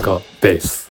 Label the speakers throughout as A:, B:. A: カベース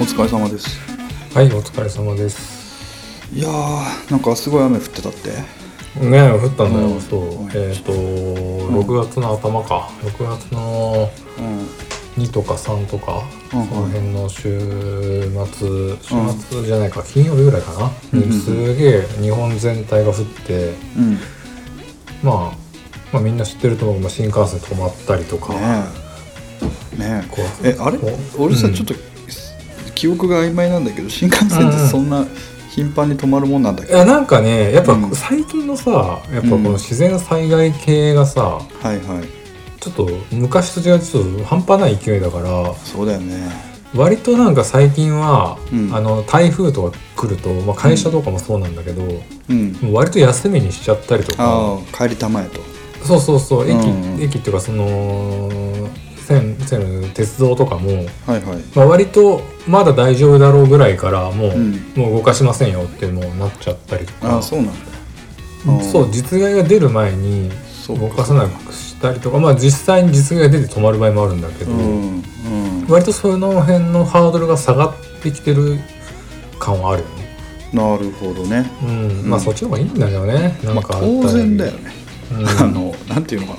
B: お疲れ様です
C: はい、お疲れ様です。
B: いやーなんかすごい雨降ってたって
C: ねえ、降ったんだよ、
B: うん
C: そう
B: うん。
C: えっ、と、6月の頭か。6月の
B: うん
C: 2とか3とか、
B: うん
C: その辺の週末、週末じゃないか、金曜日ぐらいかな。
B: うんうんうん
C: すげえ日本全体が降って、
B: うんね
C: まあ、まあみんな知ってると思うけど、まあ新幹線止まったりとか。
B: えね
C: こう
B: ええあれ
C: こう
B: 俺さ
C: うん
B: ちょっと記憶が曖昧なんだけど新幹線って
C: うんうん
B: そんな頻繁に止まるもんなんだっ
C: い
B: け
C: やなんかねやっぱ
B: うん
C: 最近のさ、やっぱこ
B: うん
C: の自然災害系がさ
B: はいはい
C: ちょっと昔と違うちょっと半端ない勢いだから
B: そうだよね
C: 割となんか最近は、
B: うん
C: あの台風とか来ると、まあ、会社とかもそうなんだけど、
B: うん
C: もう割と休みにしちゃったりとか
B: ああ帰りたまえと
C: そうそうそう駅,、
B: うんうん
C: 駅っていうかその線線鉄道とかも、
B: はいはい
C: まあ、割とまだ大丈夫だろうぐらいからもう,、
B: うん
C: もう動かしませんよってもうなっちゃったりと
B: あ
C: か
B: あそうなんだ
C: うんそう実害が出る前に
B: そう
C: 動
B: か
C: かさなくしたりとか、まあ、実際に実害が出て止まる場合もあるんだけ
B: う
C: ど。
B: んうん
C: 割とその辺のハードルが下がってきてる感はあるよね。
B: なるほどね
C: うん、
B: ん
C: まあそっちの方がいいんだよね。な
B: ま
C: ん
B: あ
C: かあったり、
B: 当然だよね
C: うん、
B: あのなんていうのかな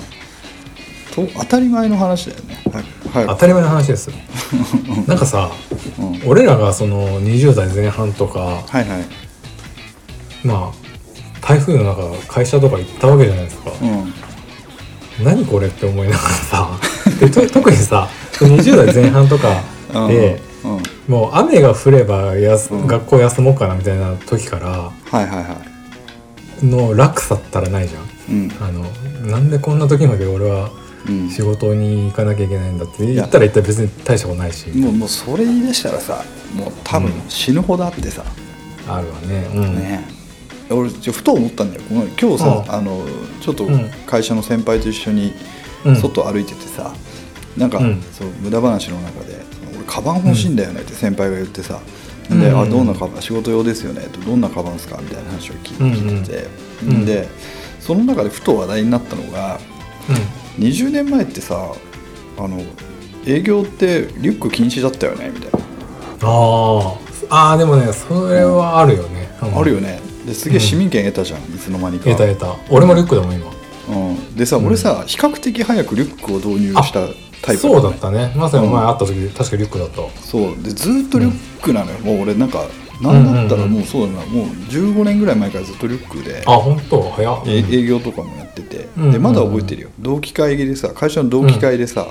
B: と当たり前の話だよねはい
C: 当
B: は
C: たり前の話 です。なんかさ、
B: いうん
C: 俺らがその20代前半とか、
B: はいはい
C: まあ台風の中会社とか行ったわけじゃないですか。
B: うん
C: 何これって思いながらさ、でと特にさ、20代前半とかで、
B: うん、うん
C: もう雨が降ればやす、
B: うん
C: 学校休もうかなみたいな時から
B: はいはいは
C: の落差ったらないじゃん。
B: いうん
C: あのなんでこんな時まで俺は
B: うん
C: 仕事に行かなきゃいけないんだって
B: や
C: 言ったら言ったら別に大したことないし
B: もうもうそれ言い出したらさもう多分
C: うん
B: 死ぬほどあってさ、
C: あるわねうん
B: ね俺ちょふと思ったんだよこの今日さ、
C: うん
B: あのちょっと
C: うん
B: 会社の先輩と一緒に
C: うん
B: 外歩いててさ、なんか、
C: うん
B: そう無駄話の中で「俺カバン欲しいんだよね」って先輩が言ってさ「
C: うん
B: で
C: うん
B: あどんなカバン仕事用ですよね」とどんなカバンですか?」みたいな話を聞
C: うん
B: い聞いてて、
C: うんうん
B: でその中でふと話題になったのが20年前ってさあの営業ってリュック禁止だったよねみたいな、
C: あーあーでもねそれはあるよね、うん
B: あるよねですげえ
C: うん
B: 市民権得たじゃん、いつの間にか
C: 得た得た俺もリュックだもん今
B: うん、でさ、
C: ん
B: 俺さ比較的早くリュックを導入したタイプ
C: そうだ
B: ね
C: ったねまさに前会った時、確かリュックだった
B: そうでずっとリュックなのよ、もう俺なんかなんだったら
C: うんうんうん
B: もうそうだな、もう15年ぐらい前からずっとリュックで
C: あ本当早っ、
B: え営業とかもやってて、
C: うんうん
B: でまだ覚えてるよ同期会でさ会社の同期会でさ、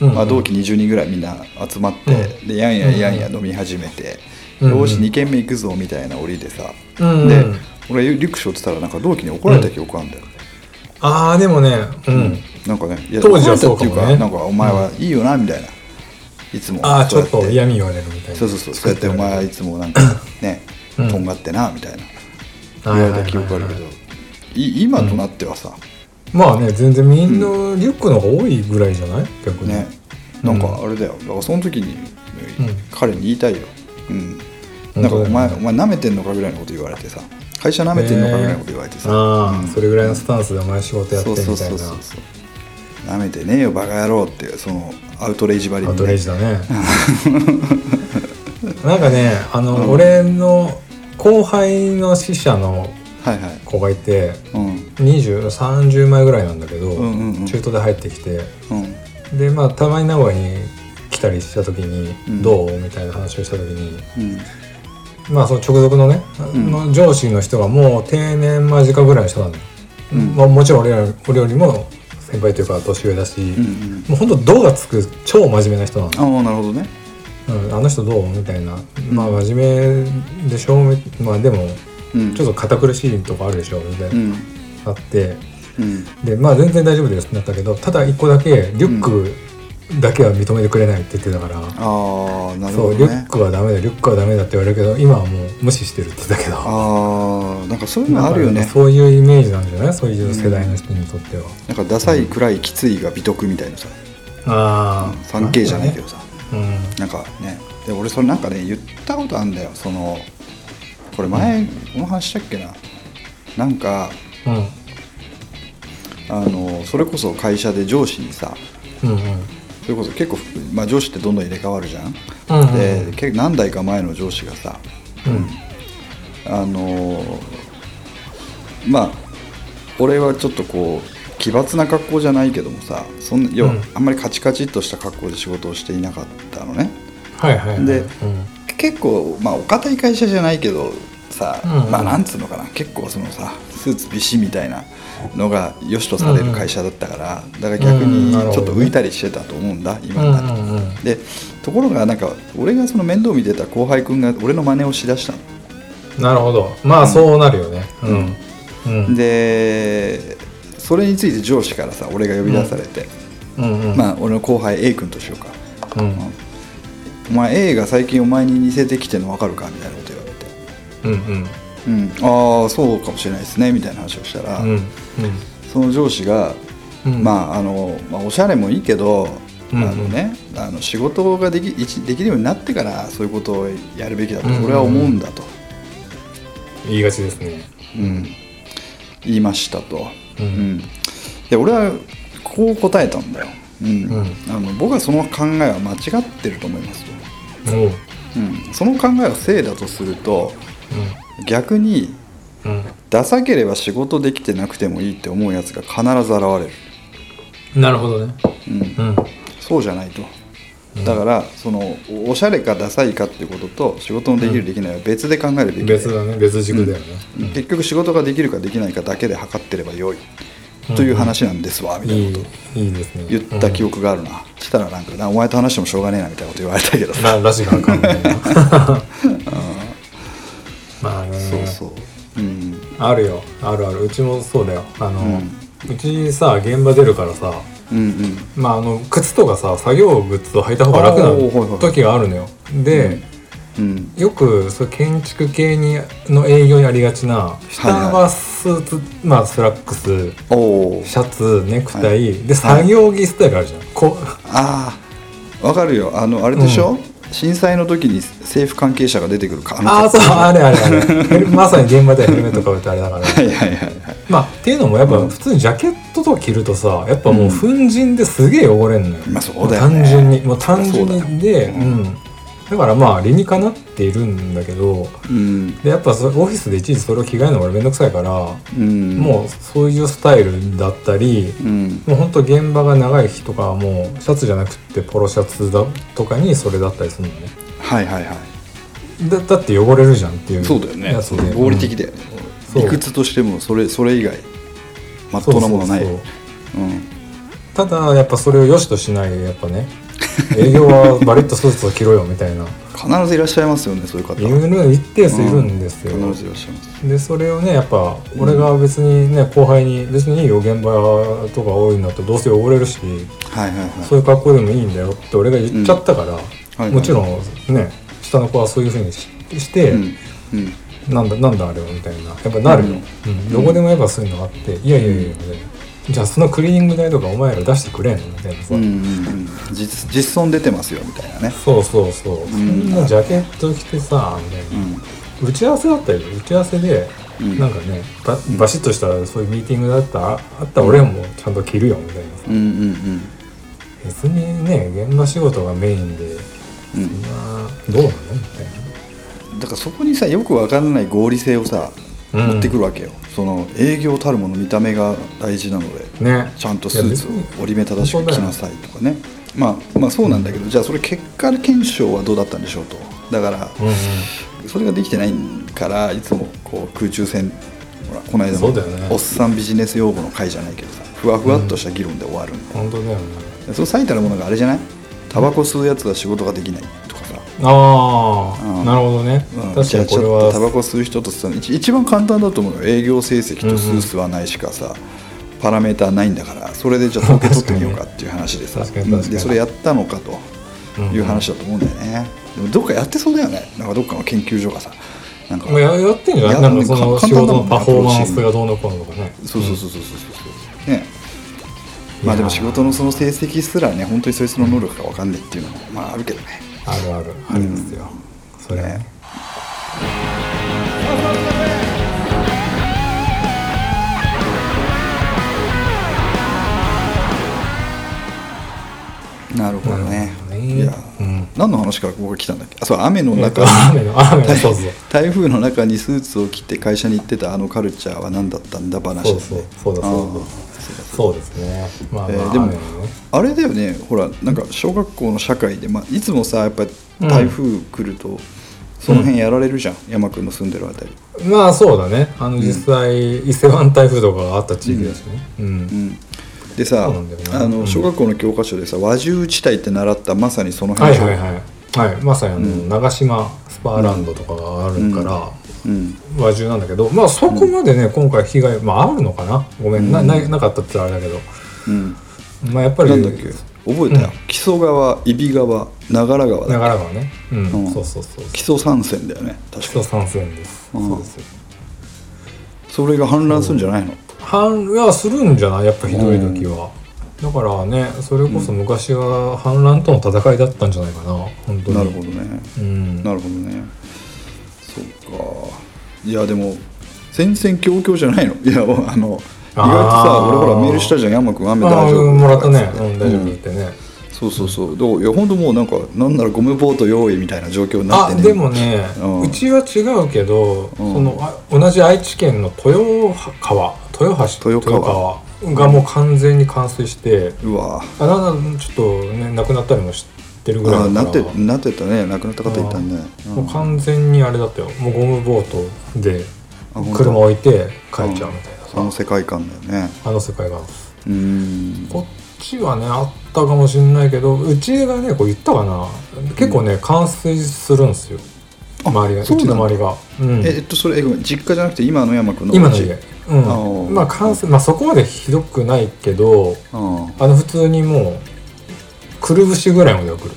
C: うんうん
B: まあ、同期20人ぐらいみんな集まって、でやんややんや飲み始めて、
C: うんうん
B: よーし2軒目行くぞみたいな折でさ、
C: うんうん
B: で俺リュックしようって言ったらなんか同期に怒られた記憶あるんだよ、
C: ああでもねうん、
B: なんかねいや
C: 当時はそう
B: 怒
C: からも
B: れ
C: ね
B: たっていうかなんかお前はいいよなみたいな、いつも
C: ああち
B: そう
C: ょ
B: や
C: っと
B: て
C: 嫌味言われるみたいな
B: そうそうそうそうやってお前はいつもなんかね、
C: うん
B: とんがってなみたいな
C: 言
B: 言われた記憶あるけど、い今となってはさ、
C: まあね全然みんなリュックの方が多いぐらいじゃない逆に
B: ねなんかあれだよだからその時に、
C: うん
B: 彼に言いたいようんなんか
C: 本当
B: お
C: だ
B: 前
C: よ
B: お前舐めてんのかぐらいのこと言われてさ会社舐めてんのかぐらいのこと言われてさ、
C: ああ、
B: うん
C: それぐらいのスタンスでお前仕事やって
B: そ
C: み
B: う
C: たい
B: そ
C: な
B: うそうそうそう舐めてねえよバカ野郎ってそのアウトレイジばり
C: アウ
B: に
C: トレイ
B: ね
C: ジだね なんかねあの、俺の後輩の死者の
B: はいはい
C: 子がいて
B: うん
C: 2030枚ぐらいなんだけど、
B: うんうんうん
C: 中途で入ってきて
B: うん
C: でまあたまに名古屋に来たりした時に「
B: うん
C: どう?」みたいな話をした時に
B: うん
C: まあその直属のね、
B: ん
C: の上司の人がもう定年間近ぐらいの人なのよ、
B: うん
C: まあ、もちろん俺ら俺よりも先輩というか年上だし、
B: うんうん
C: もうほんと「ど」がつく超真面目な人なの
B: ああなるほどね
C: うん、あの人どうみたいな、まあ真面目でしょみまあでも
B: うん
C: ちょっと堅苦しいとこあるでしょみたいうな、
B: ん
C: あって
B: うん
C: でまあ全然大丈夫ですってなったけどただ一個だけリュックだけは認めてくれないって言ってたから、
B: ああなる
C: そ
B: ほ
C: う
B: ど
C: リュッ
B: ね
C: クはダメだリュックはダメだって言われるけど今はもう無視してるって言ってたけど
B: ああなんかそういうのあるよ
C: なん
B: ね
C: かそういうイメージなんじゃないそういう世代の人にとっては、
B: なんかダサい暗いきついが美徳みたいなさ
C: ああ
B: 3K じゃないけどさ
C: うん
B: なんかねで俺それなんかね言ったことあるんだよそのこれ前、この話したっけななんか
C: うん
B: あのそれこそ会社で上司にさ
C: うん
B: それこそ結構、まあ、上司ってどんどん入れ替わるじゃん、
C: うんうん
B: で結構何代か前の上司がさ
C: うん
B: あのまあ俺はちょっとこう奇抜な格好じゃないけどもさそんな要は
C: うん
B: あんまりカチカチっとした格好で仕事をしていなかったのね、
C: はいはいはい
B: で
C: うん
B: 結構まあお堅い会社じゃないけどさ、
C: うんうん
B: まあなんつうのかな結構そのさスーツビシみたいなのが良しとされる会社だったから、だから逆
C: うん
B: に
C: なるほどね
B: ちょっと浮いたりしてたと思うんだ今
C: う
B: に
C: ん
B: なって
C: うんうん
B: でところがなんか俺がその面倒見てた後輩君が俺の真似をしだしたの、
C: なるほどまあそうなるよねうんうん
B: でそれについて上司からさ俺が呼び出されて、
C: うんうん
B: まあ俺の後輩 A 君としようか
C: うん
B: 「お前 A が最近お前に似せてきてるの分かるか?」みたいなこと言われて
C: うんうん
B: 「うん、ああそうかもしれないですね」みたいな話をしたら、
C: うん
B: その上司が
C: うん
B: まああのまあ、おしゃれもいいけど、
C: うんうん
B: あのね、あの仕事ができ一できるようになってからそういうことをやるべきだと俺は思うんだと、
C: 言いがちですね
B: うん、言いましたと、
C: うん
B: うんで俺はこう答えたんだよ、うん
C: うん
B: あの僕はその考えは間違ってると思いますと、
C: おう
B: うん、その考えが正だとすると逆に
C: うんうん
B: ダサければ仕事できてなくてもいいって思うやつが必ず現れる、
C: なるほどね
B: うん、
C: うん
B: そうじゃないとだから、そのおおしゃれかダサいかってことと仕事のできる、できないは別で考えるべきで
C: 別だね別軸だよね
B: 結局仕事ができるかできないかだけで測ってればよい、という話なんですわみたい
C: い
B: ないこと
C: いいですね
B: 言った記憶があるな、したらなんかなお前と話してもしょうがねえなみたいなこと言われたけどさ、
C: ららしがあかんないな まあね
B: そうそううん
C: あるよあるあるうちもそうだよあの、
B: う
C: うちさ現場出るからさ
B: うんうん
C: まああの靴とかさ作業靴を履いた方が楽
B: あーはいはいは
C: ない時があるのよで、
B: うん
C: よくそう建築系にの営業にありがちな下はスーツ、まあスラックス
B: おお
C: シャツネクタイ、
B: は
C: で作業着スタイルあるじゃん、こ
B: ああわかるよあのあれでしょ、震災の時に政府関係者が出てくるか
C: ああそう
B: は
C: あれあれあれヘ ルまさに現場でヘルメットかぶってあれだから
B: い はいはいはい
C: まあっていうのもやっぱ普通にジャケットとか着るとさやっぱもう粉塵ですげえ汚れんのよ、
B: まあそうだよね
C: 単純にもう単純
B: そうだ
C: にで
B: う
C: うんん、だからまあ理にかなっているんだけど
B: うん
C: でやっぱそオフィスでいちいちそれを着替えるのが俺めんどくさいから、
B: うん
C: もうそういうスタイルだったり
B: うん
C: もうほんと現場が長い日とかはもうシャツじゃなくってポロシャツだとかにそれだったりするのね
B: はいはいはい
C: だだって汚れるじゃんっていう
B: そうだよね
C: やつで
B: 合理的だよね、
C: そう
B: 理屈としてもそれそれ以外まっとうなものない
C: そうそうそう
B: うん
C: ただやっぱそれを良しとしないやっぱ ね営業はバリッとスーツを着ろよみたいな
B: 必ずいらっしゃいますよねそういう方
C: いる一定数いるんですよ、
B: 必ずいらっしゃいます
C: でそれをねやっぱ俺が別にね後輩に別にいいよ現場とか多いんだってどうせ汚れるし
B: はいはいはい
C: そういう格好でもいいんだよって俺が言っちゃったから、
B: はい
C: もちろんね下の子はそういうふうにしして、
B: うんうん
C: なんだなんだあれはみたいなやっぱなるよ、うんどこでもやっぱそういうのがあって、いやいやいやいやじゃあそのクリーニング代とかお前ら出してくれんのみたいなさ、
B: うんうんうん実実損出てますよみたいなね
C: そうそうそう、そ
B: ん
C: んなジャケット着てさみたいな、打ち合わせだったよ打ち合わせで、
B: うん
C: なんかねババシッとしたそういうミーティングだったああった俺もちゃんと着るよみたいなさ、
B: うんうんうん
C: 別にね現場仕事がメインで
B: うん
C: そんなどうなのみたい
B: うんだからそこにさよくわからない合理性をさ
C: うん
B: 持ってくるわけよ、その営業たるもの見た目が大事なので
C: なね
B: ちゃんとスーツを
C: いや
B: 折り目正しく着なさいとかねまあまあそうなんだけど、じゃあそれ結果検証はどうだったんでしょうとだから、
C: 別にうんうん
B: それができてないからいつもこう空中戦ほらこの間
C: そうだよね
B: のおっさんビジネス用語の会じゃないけどさふわふわっとした議論で終わるんだよ、
C: 本当だよね
B: その最たるものがあれじゃないタバコ吸うやつは仕事ができないとかさ、
C: ああ、
B: うん
C: なるほどね、
B: う
C: 確かに
B: ん、
C: これ
B: じゃあちょっとタ
C: は
B: バコ吸う人と吸うの一一番簡単だと思うよ営業成績と吸う吸わないしかさ、パラメーターないんだからそれでじゃあ統計取ってみようかっていう話でさ
C: 確かに確かに
B: でそれやったのかという話だと思うんだよね、でもどっかやってそうだよねなんかどっかの研究所がさなんか
C: まあややってんじゃない
B: や
C: なんかその
B: 簡
C: 仕
B: 単
C: 事
B: だ
C: の
B: もんね
C: パフォーマンスがどうのこうのとかね
B: そうそうそうそうそうそうねまあでも仕事のその成績すらね本当にそいつの能力が分かんないっていうのもまああるけどね
C: あるあるありますよ、それは
B: ね
C: ね
B: なるほどね
C: なるほどね
B: いや、
C: うん
B: 何の話からここが来たんだっけあそう雨の
C: えっ
B: 中
C: と
B: に
C: 雨の雨の
B: 台
C: そうそう
B: 台風の中にスーツを着て会社に行ってたあのカルチャーは何だったんだ話
C: そうそ
B: です
C: う
B: ね
C: そうだ
B: あ
C: そうだ
B: ー
C: そうですねまあ、
B: え
C: まあ
B: ーでも
C: 雨のね
B: あれだよねほらなんか小学校の社会で、まあ、いつもさやっぱり台風来ると、その辺やられるじゃん、山くんの住んでるあたり、
C: まあそうだねあの実際、伊勢湾台風とかがあった地域だしねうん、
B: うん、でさ、
C: そうなんだよな
B: あ
C: う
B: の
C: ん
B: 小学校の教科書でさ和獣地帯って習ったまさにその
C: は
B: 辺
C: い
B: じゃん
C: はいはいはいまさにあの、長島スパーランドとかがあるから、
B: うん
C: 和獣なんだけどまあそこまでね、今回被害まああるのかなごめん、なななかったってあれだけど
B: うん、
C: まあやっぱり
B: なんだっけ覚えたよ、木曽川揖斐川長良川だ
C: 長良川ねうん、
B: うん
C: そうそうそう
B: 木曽三川だよね
C: 基
B: 確か
C: 礎参戦です、
B: うん
C: そうですよ
B: それが氾濫するんじゃないの
C: 氾濫するんじゃないやっぱひどい時は、だからねそれこそ昔は氾濫との戦いだったんじゃないかな本当に
B: なるほどね
C: うん、
B: なるほどねそうかいやでも戦々恐々じゃないの いやあの意外と
C: あ
B: さ
C: ー
B: 俺ほらメールしたじゃん山君雨
C: まあ
B: 大丈夫
C: うんもらったね
B: と、か
C: う
B: 言
C: ん、
B: て
C: 大丈
B: う
C: 夫
B: ん
C: ってね、
B: そうそうそうどういや本当もうなんかなんならゴムボート用意みたいな状況になっ
C: あ
B: てね
C: でもね、う
B: うん
C: ちは違うけど、そのあ同じ愛知県の豊川豊橋
B: 豊川
C: 豊川がもう完全に冠水して、
B: うわぁ
C: あなんだちょっとね亡くなったりも知ってるぐら
B: あ
C: い
B: な
C: だか
B: って
C: ら
B: なってたね亡くなった方いたねうん
C: もう完全にあれだったよもうゴムボートで
B: あ本当
C: 車置いて帰っちゃうみたいなさ、
B: その世界観だよね
C: あの世界が
B: うーん
C: こっちはねあったかもしれないけどうちがねこう言ったかな結構ね冠水するんですよ周りがう
B: そう
C: ち
B: な
C: の
B: の
C: 周りが、うん
B: ええっとそれえごめん実家じゃなくて今の山君の
C: 今の
B: 家
C: 家うん
B: あ
C: まあ冠水まあそこまでひどくないけど
B: あ
C: あの普通にもうくるぶしぐらいまでは来る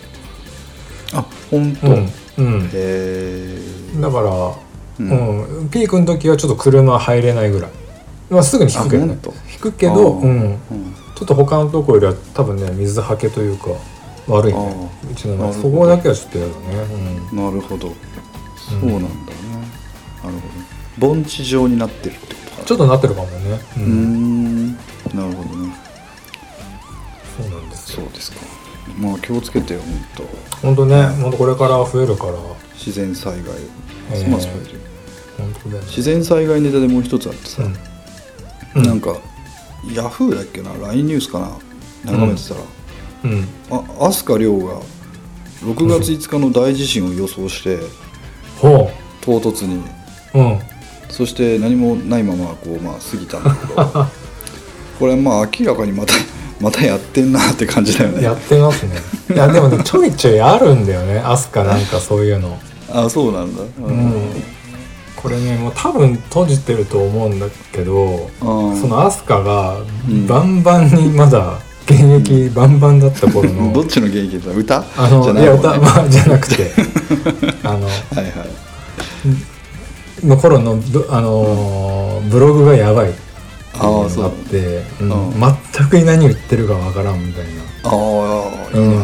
B: ああ本当、へ
C: うん、うん、
B: え
C: だから、
B: う
C: うんんピークの時はちょっと車入れないぐらい、まあ、すぐに引くけど
B: あほ
C: ね
B: んと
C: 引くけど、
B: あー
C: うん、
B: うん
C: ちょっと他のとこよりは多分ね水はけというか悪いね
B: あ
C: うちの
B: な
C: ね
B: るほ
C: そ
B: ど
C: こだけはちょっとやだね、
B: なるほどそうなんだね、なるほど盆地状になってるってことか
C: うん、ちょっとなってるかもね、う
B: うんーんなるほどね
C: そうなんです
B: そ
C: よ
B: うですかまあ気をつけてよ本当
C: 本当ね本当これから増えるから
B: 自然災害
C: えー
B: ますます増えてる
C: 本当だよね
B: 自然災害ネタでもう一つあってさ、
C: うん
B: なんかヤフーだっけな LINE ニュースかな眺めてたら、
C: うん、うん、
B: あ飛鳥涼が6月5日の大地震を予想して
C: ほ
B: 唐突に
C: ううん
B: そして何もないままこう、まあ、過ぎたんだ けどこれまあ明らかにまた またやってんなって感じだよ
C: や
B: ね
C: ってますねいやでもねちょいちょいあるんだよねアスカなんかそういうの
B: あそうなんだう
C: うんこれねもう多分閉じてると思うんだけど
B: あー
C: そのアスカが
B: ん
C: バンバンにまだ現役バンバンだった頃の、
B: どっちの元気だ歌
C: あ
B: じゃ
C: の
B: ないい
C: や
B: 方
C: 歌、
B: ね
C: まあ、じゃなく てあの
B: はいはい
C: の頃のぶあのー、ブログがやばいっていう
B: ああ
C: の
B: そう
C: があってうん
B: うん
C: 全く何言ってるかわからんみたいな。
B: ああいいね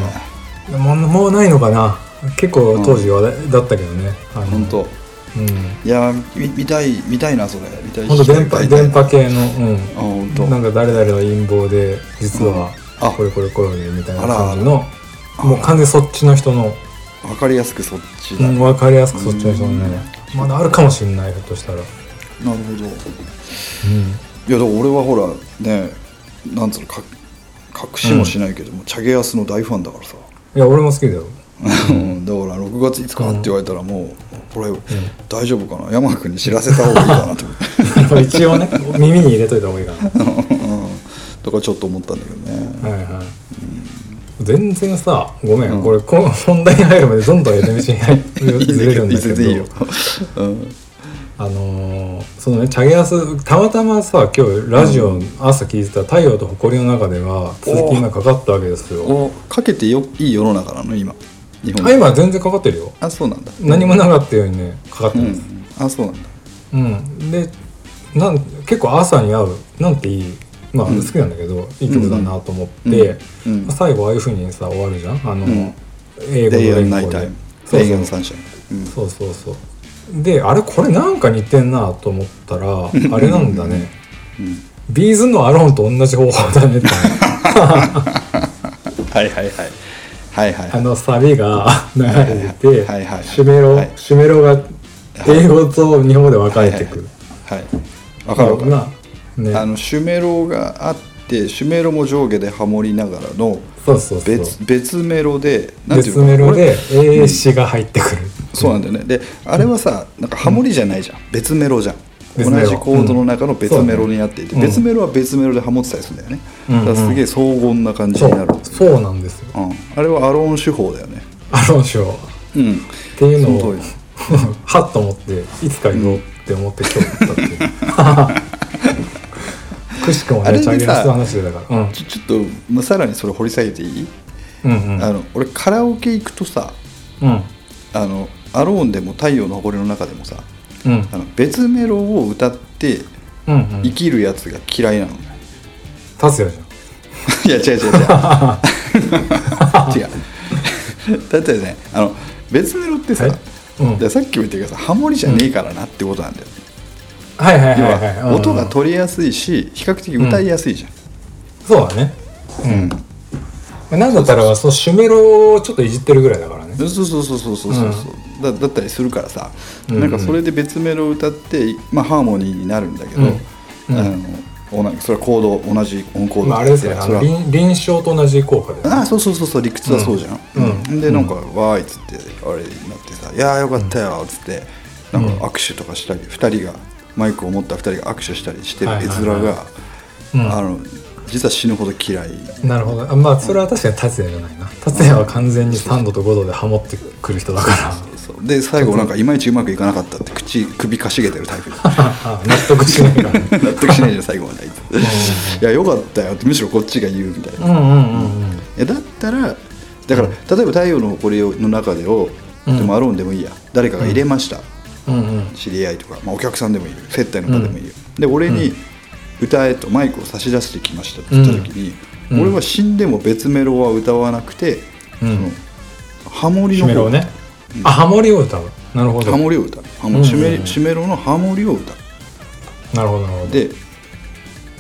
C: うん、もうもうないのかな結構当時話題だったけどね、あの
B: 本当
C: うん
B: いやーみ見たい見たいなそれ見たい
C: 本当
B: 聞きたい
C: 電波電
B: 見たい
C: 波系の、うん、
B: あ本当
C: なんか誰々の陰謀で実は
B: うんあ
C: これこれこれみたいな
B: あら
C: 感じのもう完全にそっちの人の、
B: わかりやすくそっち
C: う
B: だ、
C: ん、
B: な
C: 分かりやすくそっちの人のねまだあるかもしれないひょっとしたら、うん、
B: るほどいやだから俺はほらねなんつうのか隠しもしないけども、チャゲアスの大ファンだからさ、
C: いや俺も好きだよ
B: うん、だから6月5日って言われたらもう、これ大丈夫かな山君に知らせた方がいいかなと思って、
C: 一応ね耳に入れといた方がいいかな
B: うん、とかちょっと思ったんだけどね
C: はいはい全然さごめん、これこ本題に入るまでどんどんやり道に入
B: いい
C: ずれるんだけど
B: 全然いいよ、うん、
C: あのーそのねチャゲアスたまたまさ今日ラジオ朝聞いてた「太陽と埃の中では」通勤がかかったわけですよ
B: おかけてよいい世の中なの今日本
C: あ今全然かかってるよ
B: あそうなんだ
C: 何もなかったようにねかかって
B: う
C: ます、
B: んあそうなんだ
C: うん、でなん結構朝に合うなんていいまあ
B: う
C: 好
B: ん
C: きなんだけど、いい曲だなと思って、
B: うんうん
C: 最後ああいうふうにさ終わるじゃんあの、
B: うん
C: 英語の
B: デイアン
C: 連
B: ナイ
C: 行
B: タ
C: で
B: イム
C: そう
B: デイ
C: そ
B: ア
C: う
B: ンサンシャイン
C: そうそうそうであれこれなんか似てんなと思ったらあれなんだね
B: うんうん
C: ビーズのアローンと同じ方法だねって
B: はいはいはいはいはい
C: あ
B: はい
C: のサビが流れてて
B: はいはい
C: シュメロ、
B: はい
C: シュメロが英語と日本語で分かれてくる、
B: はいわかるわかる
C: まあね
B: あのシュメロがあってシュメロも上下でハモりながらの
C: そうそうそう
B: 別別メロでなんてい
C: 別
B: うの
C: メロで
B: こ
C: A 詞が入ってくる、
B: れそうなんだよねであれはさなんかハモリじゃないじゃん、別メロじゃん同
C: 別メロ
B: じコードの中の別メロになっていて、
C: うん
B: 別メロは別メロでハモってたりするんだよね、
C: うんうん
B: だからすげえ荘厳な感じ
C: そ
B: になる
C: うそうなんですよ
B: うん、あれはアローン手法だよね
C: アロン賞っ
B: うん
C: ていうの
B: そ
C: を
B: の通
C: はっと思っていつか言おうって思って今日やったって いうくしくも
B: あれ
C: ね
B: で
C: チ
B: さ
C: ャゲラスの話でだからうん
B: ちょちょっとまあさらにそれ掘り下げていい、
C: うんうん
B: あの俺カラオケ行くとさ
C: うん
B: あのアローンでも「太陽の誇り」の中でもさ
C: うん
B: あの別メロを歌って
C: うんうん
B: 生きるやつが嫌いなの、
C: 達也じゃん
B: いや違う違う違う 違うだってねあの別メロってさ、
C: はいうん
B: でさっきも言ったけどさハモリじゃねえからなってことなんだよね、
C: はいはい
B: 要
C: はいはい
B: は音が
C: る
B: 取りやすいし比較的歌いやすいじゃん、
C: そうだねうんなんだったらそうシュメロをちょっといじってるぐらいだからね
B: そうそうそうそうそうそうそう、だだったりするからさ、なんかそれで別メロを歌って、まあ、ハーモニーになるんだけど、あのおなそれはコード同じオンコード
C: まああれですよね
B: だ
C: あ
B: か
C: の
B: らそれは
C: 臨臨床と同じ効果でね
B: ああそうそうそうそう理屈はそうじゃん、
C: うん
B: うんでなんか「わーい」っつってあれになってさ「いやーよかったよ」っつってなんか握手とかしたり、二人がマイクを持った二人が握手したりしてる
C: はい
B: 絵
C: はい
B: 面が、
C: うん
B: あの実は死ぬほど嫌い
C: なるほどあまあそれは確かに達也じゃないな達也は完全に3度と5度でハモってくる人だから
B: そうで最後なんかいまいちうまくいかなかったって口首かしげてるタイ プ
C: あ納得しないからね
B: 納得しないじゃん最後まであい ついやよかったよってむしろこっちが言うみたいな
C: う、んうんうんうん
B: えだったらだから例えば「太陽の誇り」の中でを、
C: うん
B: でもアローンでもいいや誰かが入れました、
C: うんうん
B: 知り合いとか、まあ、お客さんでもいいよ接待の方でもいいよ、で俺に歌えとマイクを差し出してきましたって言った時に、
C: うん
B: 俺は死んでも別メロは歌わなくて、
C: うん
B: そのハモリ
C: シュ
B: の
C: メロ
B: 方
C: をねあハモリを歌うなるほど
B: ハ
C: なる
B: モリを歌うハモ
C: うんうんうん
B: シュメシュメロのハモリを歌う
C: ほどなるほど
B: で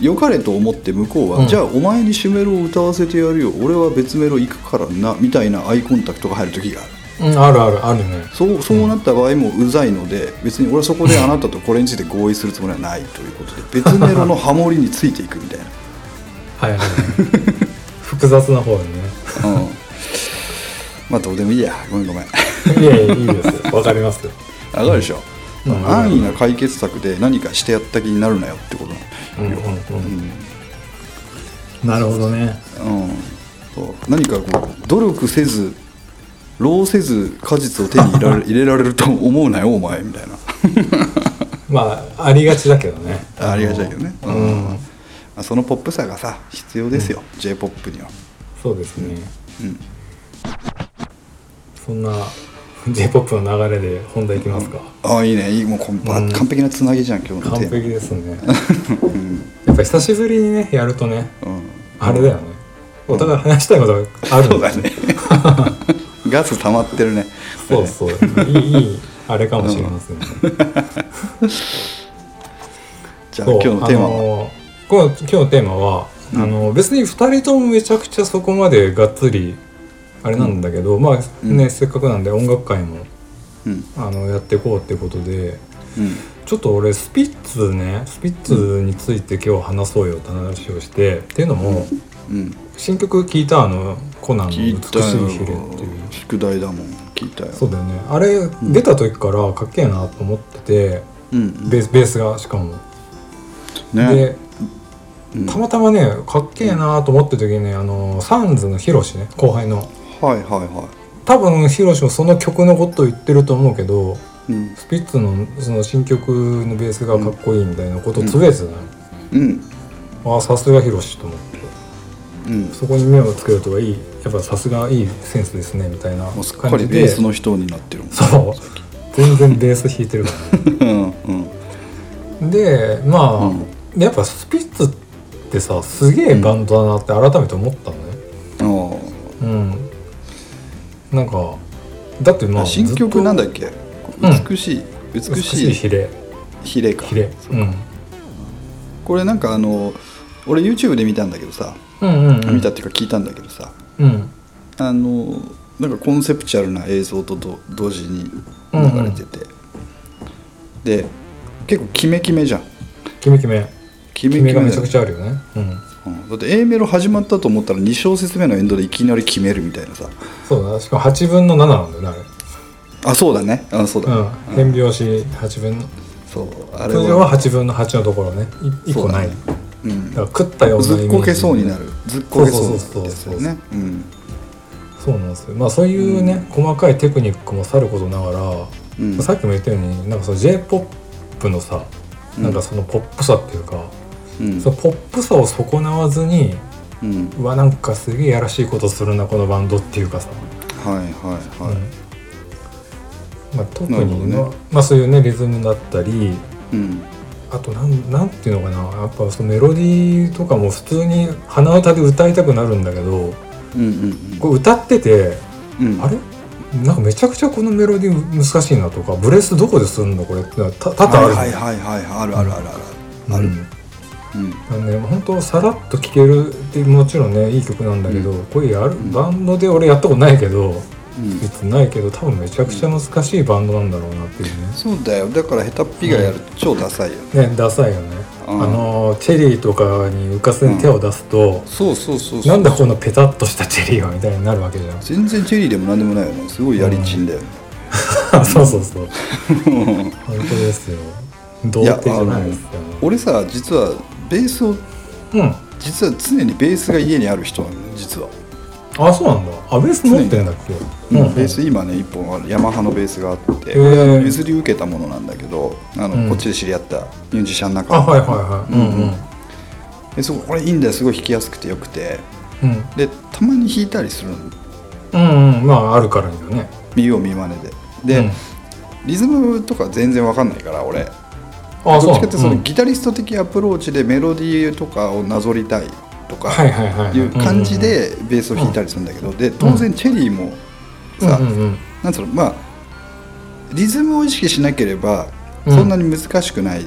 B: 良かれと思って向こうは、
C: うん
B: じゃあお前にシュメロを歌わせてやるよ俺は別メロ行くからなみたいなアイコンタクトが入る時がある
C: うんあるあるあるね
B: そうそうなった場合もうざいので、別に俺はそこであなたとこれについて合意するつもりはないということで別メロのハモリについていくみたいな、
C: はいはいはい複雑な方でね
B: うん、まあどうでもいいやごめんごめ ん
C: いやいやいいですよわかりますよ
B: わかるでしょ、
C: うん
B: 安易な解決策で何かしてやった気になるなよってこと
C: うん
B: な
C: う
B: の
C: ん
B: よ、
C: うんなるほどね
B: うんそう何かこう努力せず労せず果実を手に入れ られ入れられると思うなよお前みたいな
C: まあありがちだけどね
B: ありがちだけどね、う
C: うん
B: まあ、そのポップさがさ必要ですよ、j p o p には。
C: そうですね、
B: うん
C: そんな j p o p の流れで本題いきますか、
B: ああいいねいいもうこんば
C: うん
B: 完璧なつなぎじゃん今日の
C: 完
B: テーマ
C: 璧ですねやっぱ久しぶりにねやるとね
B: うん
C: あれだよねお互い話したいことがある
B: そ
C: ん
B: うだね ガス溜まってるね
C: そうそういいいいあれかもしれませんね、
B: じゃあ
C: そう
B: 今日のテーマは
C: のこの今日のテーマは、あの別に2人ともめちゃくちゃそこまでがっつりあれなんだけど、まあね、せっかくなんで音楽会も
B: うん
C: あのやっていこうってことで
B: うん
C: ちょっと俺スピッツねスピッツについて今日話そうよって話をして、っていうのも
B: うん
C: 新曲聴いたあのコナンの「
B: 聞い
C: 美
B: たよ
C: しいヒレ」っていう
B: 宿題だもん聞いたよ
C: そうだよねあれ出た時からかっけえなと思ってて、
B: うん
C: ベースベースがしかも。
B: ね
C: でたまたまねかっけえなと思ってる時にねあのサンズのヒロシね後輩の
B: はいはいは
C: 多分ヒロシもその曲のことを言ってると思うけど
B: うん
C: スピッツのその新曲のベースがかっこいいみたいなことをつぶやいてたのよ、
B: うん
C: ああさすがヒロシと思って
B: うん
C: そこに目をつけるとはいいやっぱさすがいいセンスですねみたいな
B: もうすっか
C: 感
B: り
C: じ
B: ベ
C: で
B: ースの人になってるもん
C: そう全然ベース弾いてるから、
B: うんう
C: ね、
B: ん
C: でまあ、
B: うん
C: やっぱスピッツってさすげえバンドだなって改めて思ったのねう
B: あ
C: んなんかだってま
B: あ
C: あ
B: 新曲なんだっけ
C: ん
B: 美しい美
C: ずっと美
B: し
C: しい
B: い
C: ヒレ
B: 比例か
C: ヒレ、うん、うん
B: これなんかあの俺 YouTube で見たんだけどさ
C: うんうん
B: 見たっていうか聞いたんだけどさ
C: うん
B: あのなんかコンセプチュアルな映像とど同時に流れてて、で結構キメキメじゃん
C: キメキメ
B: キ
C: キ
B: メキメ
C: メがめちゃく
B: ゃ、
C: ちゃあるよねうん
B: うんだって A メロ始まったと思ったら2小節目のエンドでいきなり決めるみたいなさ
C: そうだしかも8分の7なんだよねあれ
B: あそうだねあそうだ、
C: うん変拍子8分の
B: そうあれ
C: 通常は8分の8のところねい1個ないだ,、
B: うん、
C: から食ったようなイメー
B: ずっ
C: ジ
B: こけそうになるずっこけそうになるですよねうん
C: そうなんですよまあそういうね、細かいテクニックもさることながら、
B: うん
C: さっきも言ったようになんかその j p o p のさ
B: うん
C: なんかそのポップさっていうか、
B: うん
C: そのポップさを損なわずに
B: うん
C: うわなんかすげえやらしいことするなこのバンドっていうかさ、
B: はいはいは
C: うんまあ、特
B: なるほど
C: に、
B: ね
C: まあまあそういうねリズムだったり
B: いうん
C: あとなんなんていうのかなやっぱそのメロディーとかも普通に鼻歌で歌いたくなるんだけど
B: うん
C: こう歌ってて
B: うんうん
C: あれなんかめちゃくちゃこのメロディー難しいなとかブレスどこでするのこれってのはた多々ある、
B: はいはいはいはいあるあるあるある
C: うん
B: あるうん
C: あのね、本当さらっと聴けるってもちろんねいい曲なんだけど、これやるバンドで俺やったことないけど
B: うん
C: 別にないけど多分めちゃくちゃ難しいバンドなんだろうなっていうね
B: そうだよだから下手っぴがやると超ダサいよ
C: ねダサいよね、
B: うん
C: あのチェリーとかに浮かせに手を出すと、
B: そうそうそうそう
C: なんだこのペタッとしたチェリーはみたいになるわけじゃん
B: 全然チェリーでもなんでもないよねすごいやりちんだよね
C: そうそうそう本当ですよ童貞じゃないですよ
B: 俺さ実はベースを
C: うん
B: 実は常にベースが家にある人なの実は、
C: あそうなんだあベース持ってんだっけ
B: う
C: うんん
B: ベース今ね一本あるヤマハのベースがあって
C: へー
B: 譲り受けたものなんだけどあの、
C: うん
B: こっちで知り合ったミュージシャンの中
C: あはいはいはいうんうん
B: でそここれいいんだよすごい弾きやすくてよくて
C: うん
B: でたまに弾いたりするの
C: うんうんまああるからにはね
B: 見よう見まねでで、
C: うん
B: リズムとか全然わかんないから俺
C: あ
B: どっちか
C: な
B: ってその
C: ん
B: ギタリスト的アプローチでメロディーとかをなぞりたいとか
C: はいはいはい
B: いう感じでベースを弾いたりするんだけどで当然チェリーもさ
C: うんうんうん
B: なんつうのまあリズムを意識しなければ
C: うん
B: そんなに難しくない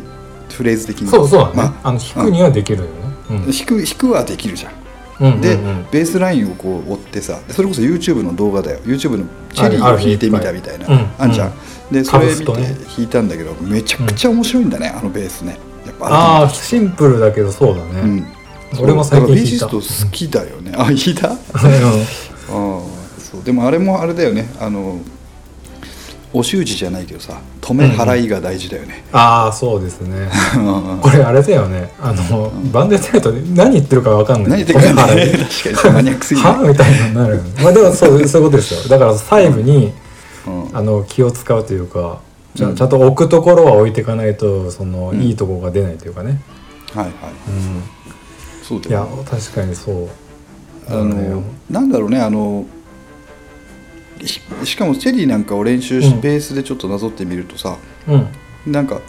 B: フレーズ的に
C: そうそうだね、
B: まあ
C: あの弾くにはできるよね、うん
B: 弾く弾くはできるじゃん。
C: うんうんうん、
B: で、ベースラインをこう追ってさそれこそ YouTube の動画だよ YouTube のチェリーを弾いてみたみたいな
C: あるねいっぱい
B: あ
C: うん
B: んじゃん、でそ
C: カ
B: れ
C: ブ
B: 見
C: ス
B: て
C: とね
B: 弾いたんだけどめちゃくちゃ面白いんだね、あのベースねやっぱ
C: ああシンプルだけどそうだね、
B: うん
C: 俺も最近弾い
B: だ
C: た
B: からベーシスト好きだよね、あ弾い たああそうでもあれもあれだよねあのお習字じゃないけどさ止め払いが大事だよね、
C: ああそうですね
B: うん
C: これあれだよねあの、バンドやってると何言ってるかわかんない
B: 何言ってくれるんだ
C: これ
B: ね 確かにマニアックすぎ る、
C: はみたいになるよねまあでもそうそういうことですよだから細部に、
B: うん
C: あの気を使うというかちゃんちゃんと置くところは置いていかないとその、いいところが出ないというかね、
B: はいは
C: うん、
B: いそう
C: い
B: だよ
C: や
B: ね
C: 確かにそう
B: あのなんだろうねあのししかもチェリーなんかを練習し、
C: うん
B: ベースでちょっとなぞってみるとさ
C: うん
B: なんか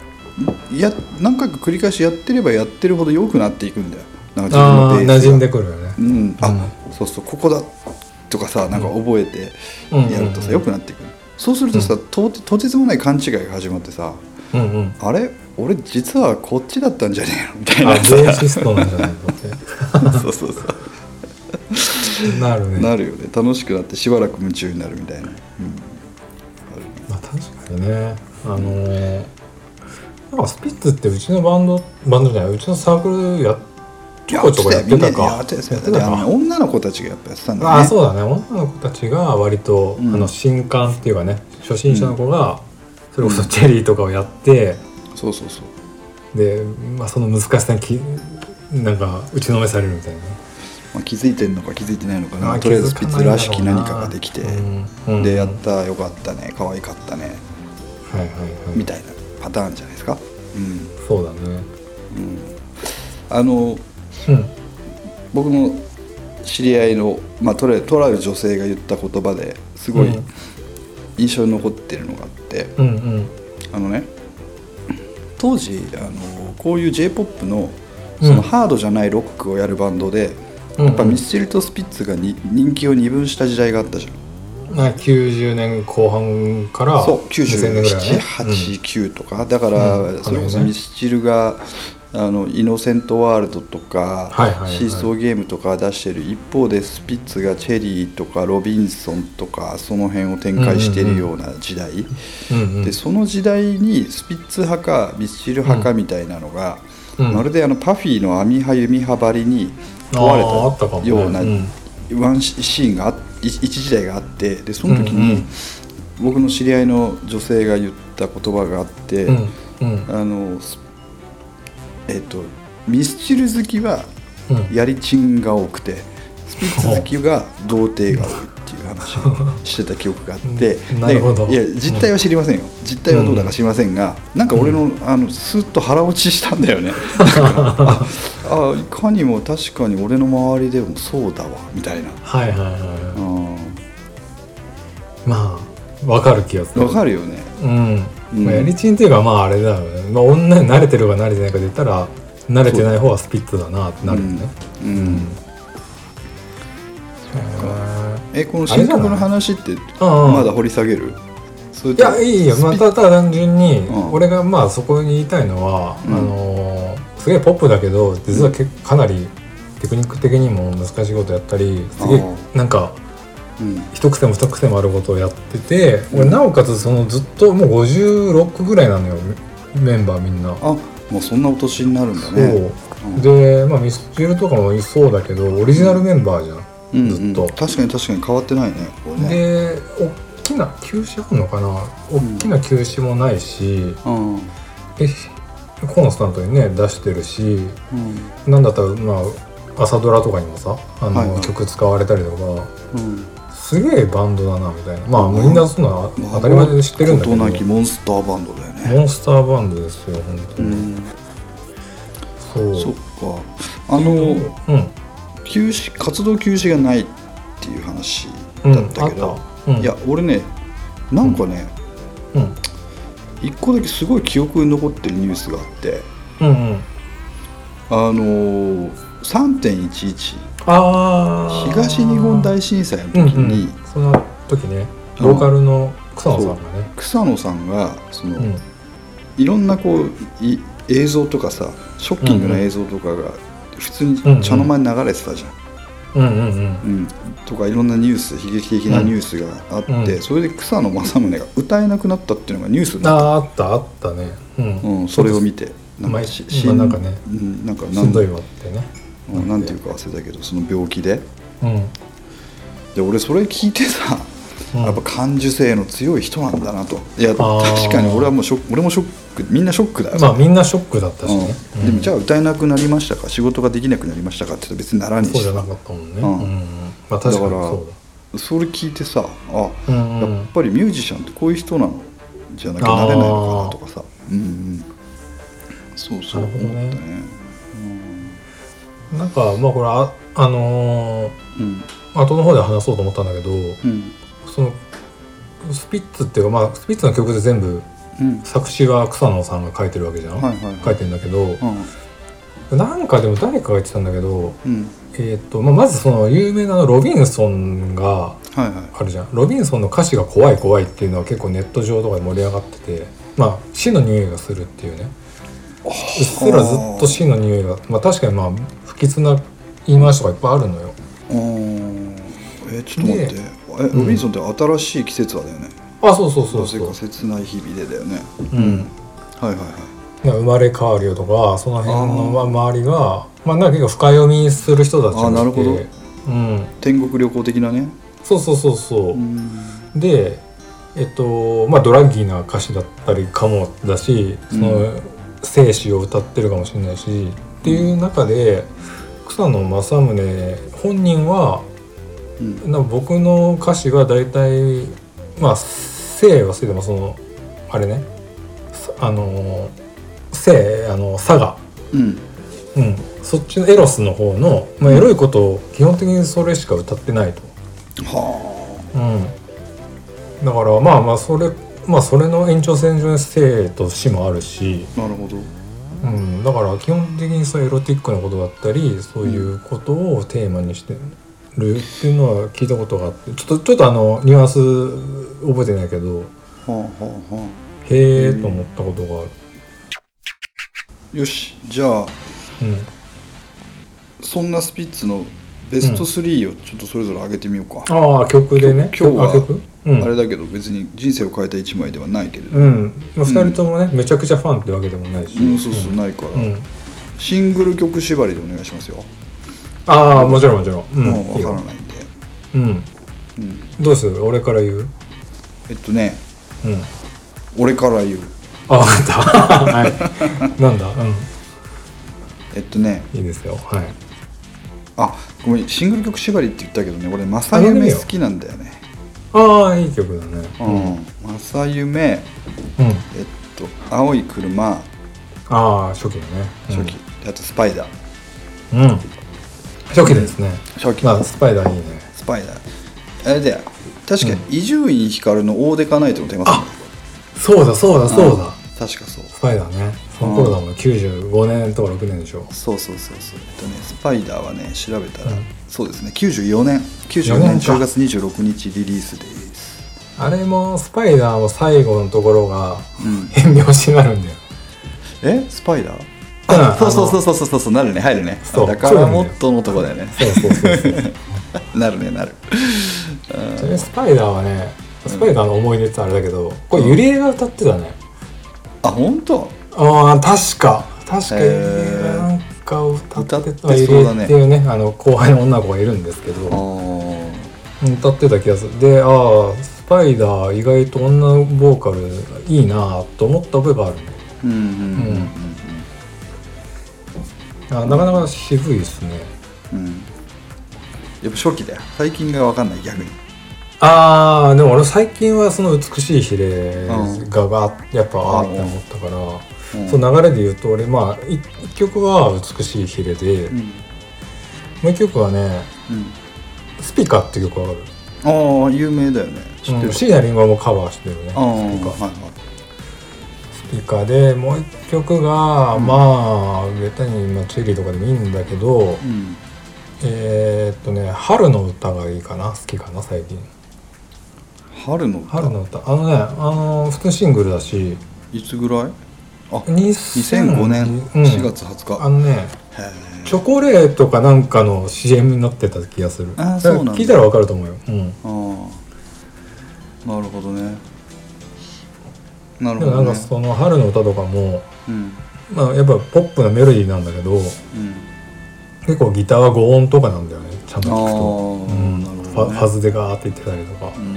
B: や何回か繰り返しやってればやってるほど良くなっていくんだよなんか
C: ああ
B: 自分のベースが
C: 馴染んでくるよね
B: うん、あ、
C: う
B: そうそうここだとかさなんか覚えて
C: うん
B: やるとさ、
C: うん
B: 良くなっていくそうするとさ、とてとてつもない勘違いが始まってさ
C: うんうん
B: あれ俺実はこっちだったんじゃねえのみたい
C: あ
B: な
C: ベーシストなんじゃないか
B: さ そうそうそう
C: ってなるね
B: なるよね楽しくなってしばらく夢中になるみたいな、
C: まあ、確かにねあのーなんかスピッツってうちのバンドバンドじゃないうちのサークルやちょこちょこやってたか
B: やってたよだってあの女の子たちがやっぱやってたんだよね
C: ああそうだね女の子たちが割と、
B: うん
C: あの新刊っていうかね初心者の子がそれこそチェリーとかをやって、
B: そうそうそう
C: で、まあ、その難しさにきなんか打ちのめされるみたいなね
B: まあ、気づいてんのか気づいてないのか
C: あ
B: な
C: ー
B: とりあえず
C: 気
B: スピ
C: づ
B: ッ
C: かな
B: ツ
C: いんだろうな
B: らしき何かができて、
C: うんうん
B: でやったよかったね可愛かったね
C: はいはいはい
B: みたいなパターンじゃないですか。うん
C: そうだね
B: うん、あの
C: うん
B: 僕の知り合いの、まあ、とらとらる女性が言った言葉ですごい
C: うん
B: 印象に残ってるのがあって、
C: うんうん
B: あのね当時あのこういう j p o p の
C: うん
B: そのハードじゃないロックをやるバンドで、
C: うん
B: やっぱミスチルとスピッツがに人気を二分した時代があったじゃん。
C: なんか90年後半から
B: そう
C: 2000年ぐらいだね
B: 97889とか、だから、
C: うん
B: それこ
C: あ
B: そ
C: のね
B: ミスチルが「あのイノセントワールド」とか、
C: はいはいはい
B: シーソーゲーム」とか出してる一方でスピッツが「チェリー」とか「ロビンソン」とかその辺を展開してるような時代、
C: うんうんうん
B: でその時代にスピッツ派かミスチル派かみたいなのが、
C: うん
B: まるであのパフィーの網派弓派ばりに問
C: あーあ
B: わ
C: ったかも
B: れた
C: ね
B: ような
C: うん
B: ワンシシーンがあっ一一時代があってでその時
C: う
B: に
C: ん
B: 僕の知り合いの女性が言った言葉があって、
C: うんうん
B: あのすえっ、とミスチル好きは
C: うん
B: やりちんが多くてスピッツ好きが童貞が多いっていう話 をしてた記憶があって
C: うんなるほど
B: でいや実態は知りませんよ実態はどうだか知りませんが、なんか俺のあのスッと腹落ちしたんだ よねなんかああいかにも確かに俺の周りでもそうだわみたいな。
C: はいはいは
B: う
C: いまあわかる気がす
B: ん
C: る
B: わかるよね
C: うん、
B: うん
C: まあ、やりちんっていうかまああれだよね、まあ、女に慣れてるか慣れてないかで言ったら慣れてない方はスピッツだなってなるよね
B: うん、
C: う
B: えこの新曲の話って
C: うんうん
B: まだ掘り下げるそれ
C: い
B: と
C: やいいよ、まあ、
B: スピ
C: ただただ単純に、
B: うん
C: 俺がまあそこに言いたいのは、
B: うん
C: あのーすげえポップだけど実はけかなりテクニック的にも難しいことやったりすげ
B: あ
C: えなんか
B: うん
C: 一癖も二癖もあることをやってて俺なおかつそのずっともう56ぐらいなのよメンバーみんな。
B: あもうそんなお年になるんだ
C: そ
B: ね
C: うで、まあ、ミスチルとかもいそうだけどオリジナルメンバーじゃん。
B: うんうん
C: ずっと
B: 確かに確かに変わってないねこれね
C: で大きな休止あるのかな大きな休止もないし、
B: うんうん
C: でコンスタントにね出してるしなんだったらまあ朝ドラとかにもさあの、
B: はいはい
C: 曲使われたりとか
B: うん
C: すげえバンドだなみたいなまあ
B: うん
C: みんなそんな当たり前で知ってるんだけど、
B: まあことなきモンスターバンドだよね
C: モンスターバンドですよ本当
B: う
C: に、
B: ん
C: そう
B: そっかあの
C: うん
B: 休止活動休止がないっていう話
C: うん
B: だったけ
C: あ
B: ど
C: ったうん
B: いや俺ねなんかね
C: うん
B: 一個だけすごい記憶に残ってるニュースがあって
C: うんうん
B: あのー、3.11
C: あー
B: 東日本大震災の時
C: うん
B: に、
C: うんその時ねローカルの草野さんがね
B: 草野さんがその、
C: うん
B: いろんなこうい映像とかさショッキングな映像とかが普通に茶の間に流れてたじゃん。
C: うんうんうん
B: うんとかいろんなニュース悲劇的なニュースがあって、
C: うん
B: それで草野正宗が歌えなくなったっていうのがニュースになっ
C: あーあったあったねうん、
B: た、うん、それを見てなんか
C: 毎
B: し
C: まあなんかね
B: うんなんか
C: し
B: なん
C: どいわってね
B: うんなんていうか忘れたけどその病気で
C: うん、うん
B: で俺それ聞いてさやっぱ感受性の強い人なんだなといや
C: あー
B: 確かに俺はもうショック俺もショックみんなショックだよ、
C: まあみんなショックだったしね、
B: うんでもじゃあ歌えなくなりましたか仕事ができなくなりましたかって言うと別にならねえ
C: そう
B: し
C: じゃなかったもんね、
B: う
C: うんんまあ確かにそう
B: それ聞いてさあ、
C: だうんうん
B: やっぱりミュージシャンってこういう人なのじゃなきゃなれないのかなとかさうんうんそうそう
C: なるほどね
B: 思ったね
C: なんかまあこれああのー
B: うん
C: 後の方で話そうと思ったんだけど
B: うん
C: そのスピッツっていうかまあスピッツの曲で全部
B: うん
C: 作詞は草野さんが書いてるわけじゃん、
B: はいはいはい
C: 書いてんだけど、
B: うん
C: なんかでも誰かが言ってたんだけど、
B: うん
C: えーとまあ、まずその有名なあのロビンソンが
B: はいはい
C: あるじゃんロビンソンの歌詞が怖い怖いっていうのは結構ネット上とかで盛り上がってて、まあ、死の匂いがするっていうねうっすらずっと死の匂いが、まあ、確かにまあ不吉な言い回しとかいっぱいあるのよ
B: あーえちょっと待って
C: で
B: えロビンソンって新しい季節はだよね
C: あそうそうそ
B: ど
C: う
B: うせ
C: そ
B: か
C: う、
B: 切ない日々でだよね
C: うん、
B: はいはいはい
C: なんか生まれ変わるよとかその辺のま
B: あ
C: 周りがまあなんか結構深読みする人たちがいて
B: あなるほど
C: うん、
B: 天国旅行的なね
C: そうそうそうそう、
B: うん
C: でえっとまあドラッギーな歌詞だったりかもだしその、生死を歌ってるかもしれないしっていう中で草野正宗本人は
B: うん
C: な僕の歌詞は大体まあ生は生でもそのあれねさあの性あの佐賀
B: うん
C: うん、そっちのエロスの方の、まあ、エロいことを基本的にそれしか歌ってないと、
B: は
C: うん、だからまあまあそれまあそれの延長線上に生と死もあるし、
B: あなるほど
C: うん、だから基本的にそういうエロティックなことだったりそういうことをテーマにしてるっていうのは聞いたことがあってちょっとちょっとあのニュアンス覚えてないけど
B: はあはあは
C: へえと思ったことがある。
B: あよしじゃあ
C: うん
B: そんなスピッツのベスト3をちょっとそれぞれ上げてみようか、
C: ああ曲でね
B: 今日は
C: あ曲、うん、
B: あれだけど別に人生を変えた一枚ではないけれど、
C: うん、まあ、2人ともね、めちゃくちゃファンってわけでもないし、
B: うん、そうそうないから、
C: うん
B: シングル曲縛りでお願いしますよ、
C: ああもちろんもちろん、うん
B: もう
C: いい
B: 分か
C: よ
B: らないんで、
C: うん、
B: うん、
C: どうする俺から言う、
B: えっとね
C: うん、
B: 俺から言う
C: あ分かった、はい、 なんだ、う
B: えっとね
C: ん、いいですよはい
B: あごめんシングル曲縛りって言ったけどね俺「正
C: あやめ
B: 夢
C: よ
B: 好きなんだよね
C: ああいい曲だね
B: うん「正夢
C: うん、うん、」
B: えっと「青い車」
C: ああ初期だね
B: 初期、あと「スパイダー
C: うん、うん初期ですね」
B: 初期、
C: まあスパイダーいいね
B: スパイダーあれだよ確か伊集院光の「オーデカナイト」のテーマソン
C: そ
B: グ
C: うだそうだそうだ
B: あ確かそう
C: スパイダーねその頃だもん、95年とか6年でしょ
B: そうそうそうそうえっとねスパイダーはね調べたら、
C: うん
B: そうですね94年94
C: 94
B: 年
C: 年か
B: 10月26日リリースです
C: あれもスパイダーも最後のところが
B: うん
C: 変拍子になるんだよ。
B: えスパイダー
C: あ
B: そうそうそううそうそうそうそうなるね入るね
C: そう
B: だからもっとのとこだよね
C: そうそうそうそう。ちな
B: なるねなる
C: みにスパイダーはね、スパイダーの思い出ってあれだけど、これゆりえが歌ってたね。
B: あ本当
C: ああ確か確か
B: へ
C: ゆり
B: ー
C: えがなんか歌ってた
B: 歌って
C: ゆり
B: そうだ
C: え
B: ね
C: っていうねあの後輩の女の子がいるんですけ
B: あ
C: ど、
B: ー
C: 歌ってた気がする。で、ああスパイダー意外と女のボーカルいいなと思った覚えがあるね。
B: うんうんうんうん
C: あなかなか渋いですね。
B: うんうんやっぱ初期だよ最近が分かんない逆に
C: あーでも俺最近はその美しい比例ががやっぱあーって思ったから、
B: うん
C: その流れで言うと俺まあ1曲は美しい比例で、
B: う
C: も
B: ん
C: う1曲はね
B: うん
C: 「スピカ」っていう曲わかる
B: ああ有名だよね知って
C: う
B: る
C: ん椎名林檎もカバーしてるね
B: ああはい
C: スピカ
B: は
C: スピカでもう1曲が、まあベタに、まあ、チェリーとかでもいいんだけど、
B: いうん
C: えーっとね「春の歌」がいいかな好きかな最近
B: 春の歌
C: 春の歌あのねあの普通シングルだし
B: いつぐらいあ
C: 2005
B: 2005年4月20日、
C: あのね
B: へ
C: チョコレートかなんかの CM になってた気がする
B: あーそうなんだ
C: 聞いたらわかると思うよ、うん、
B: ああなるほどねなる
C: で
B: ほ
C: もな
B: ど
C: ん
B: ね
C: かその春の歌とかも、
B: うん
C: まあ、やっぱポップなメロディーなんだけど
B: うん
C: 結構ギターは5音とかなんだよねちゃんと
B: ああ
C: 聞くと、うん
B: なる
C: フ
B: ほど
C: ァ
B: ね
C: ファズでガーって言ってたりとか、
B: う
C: うんん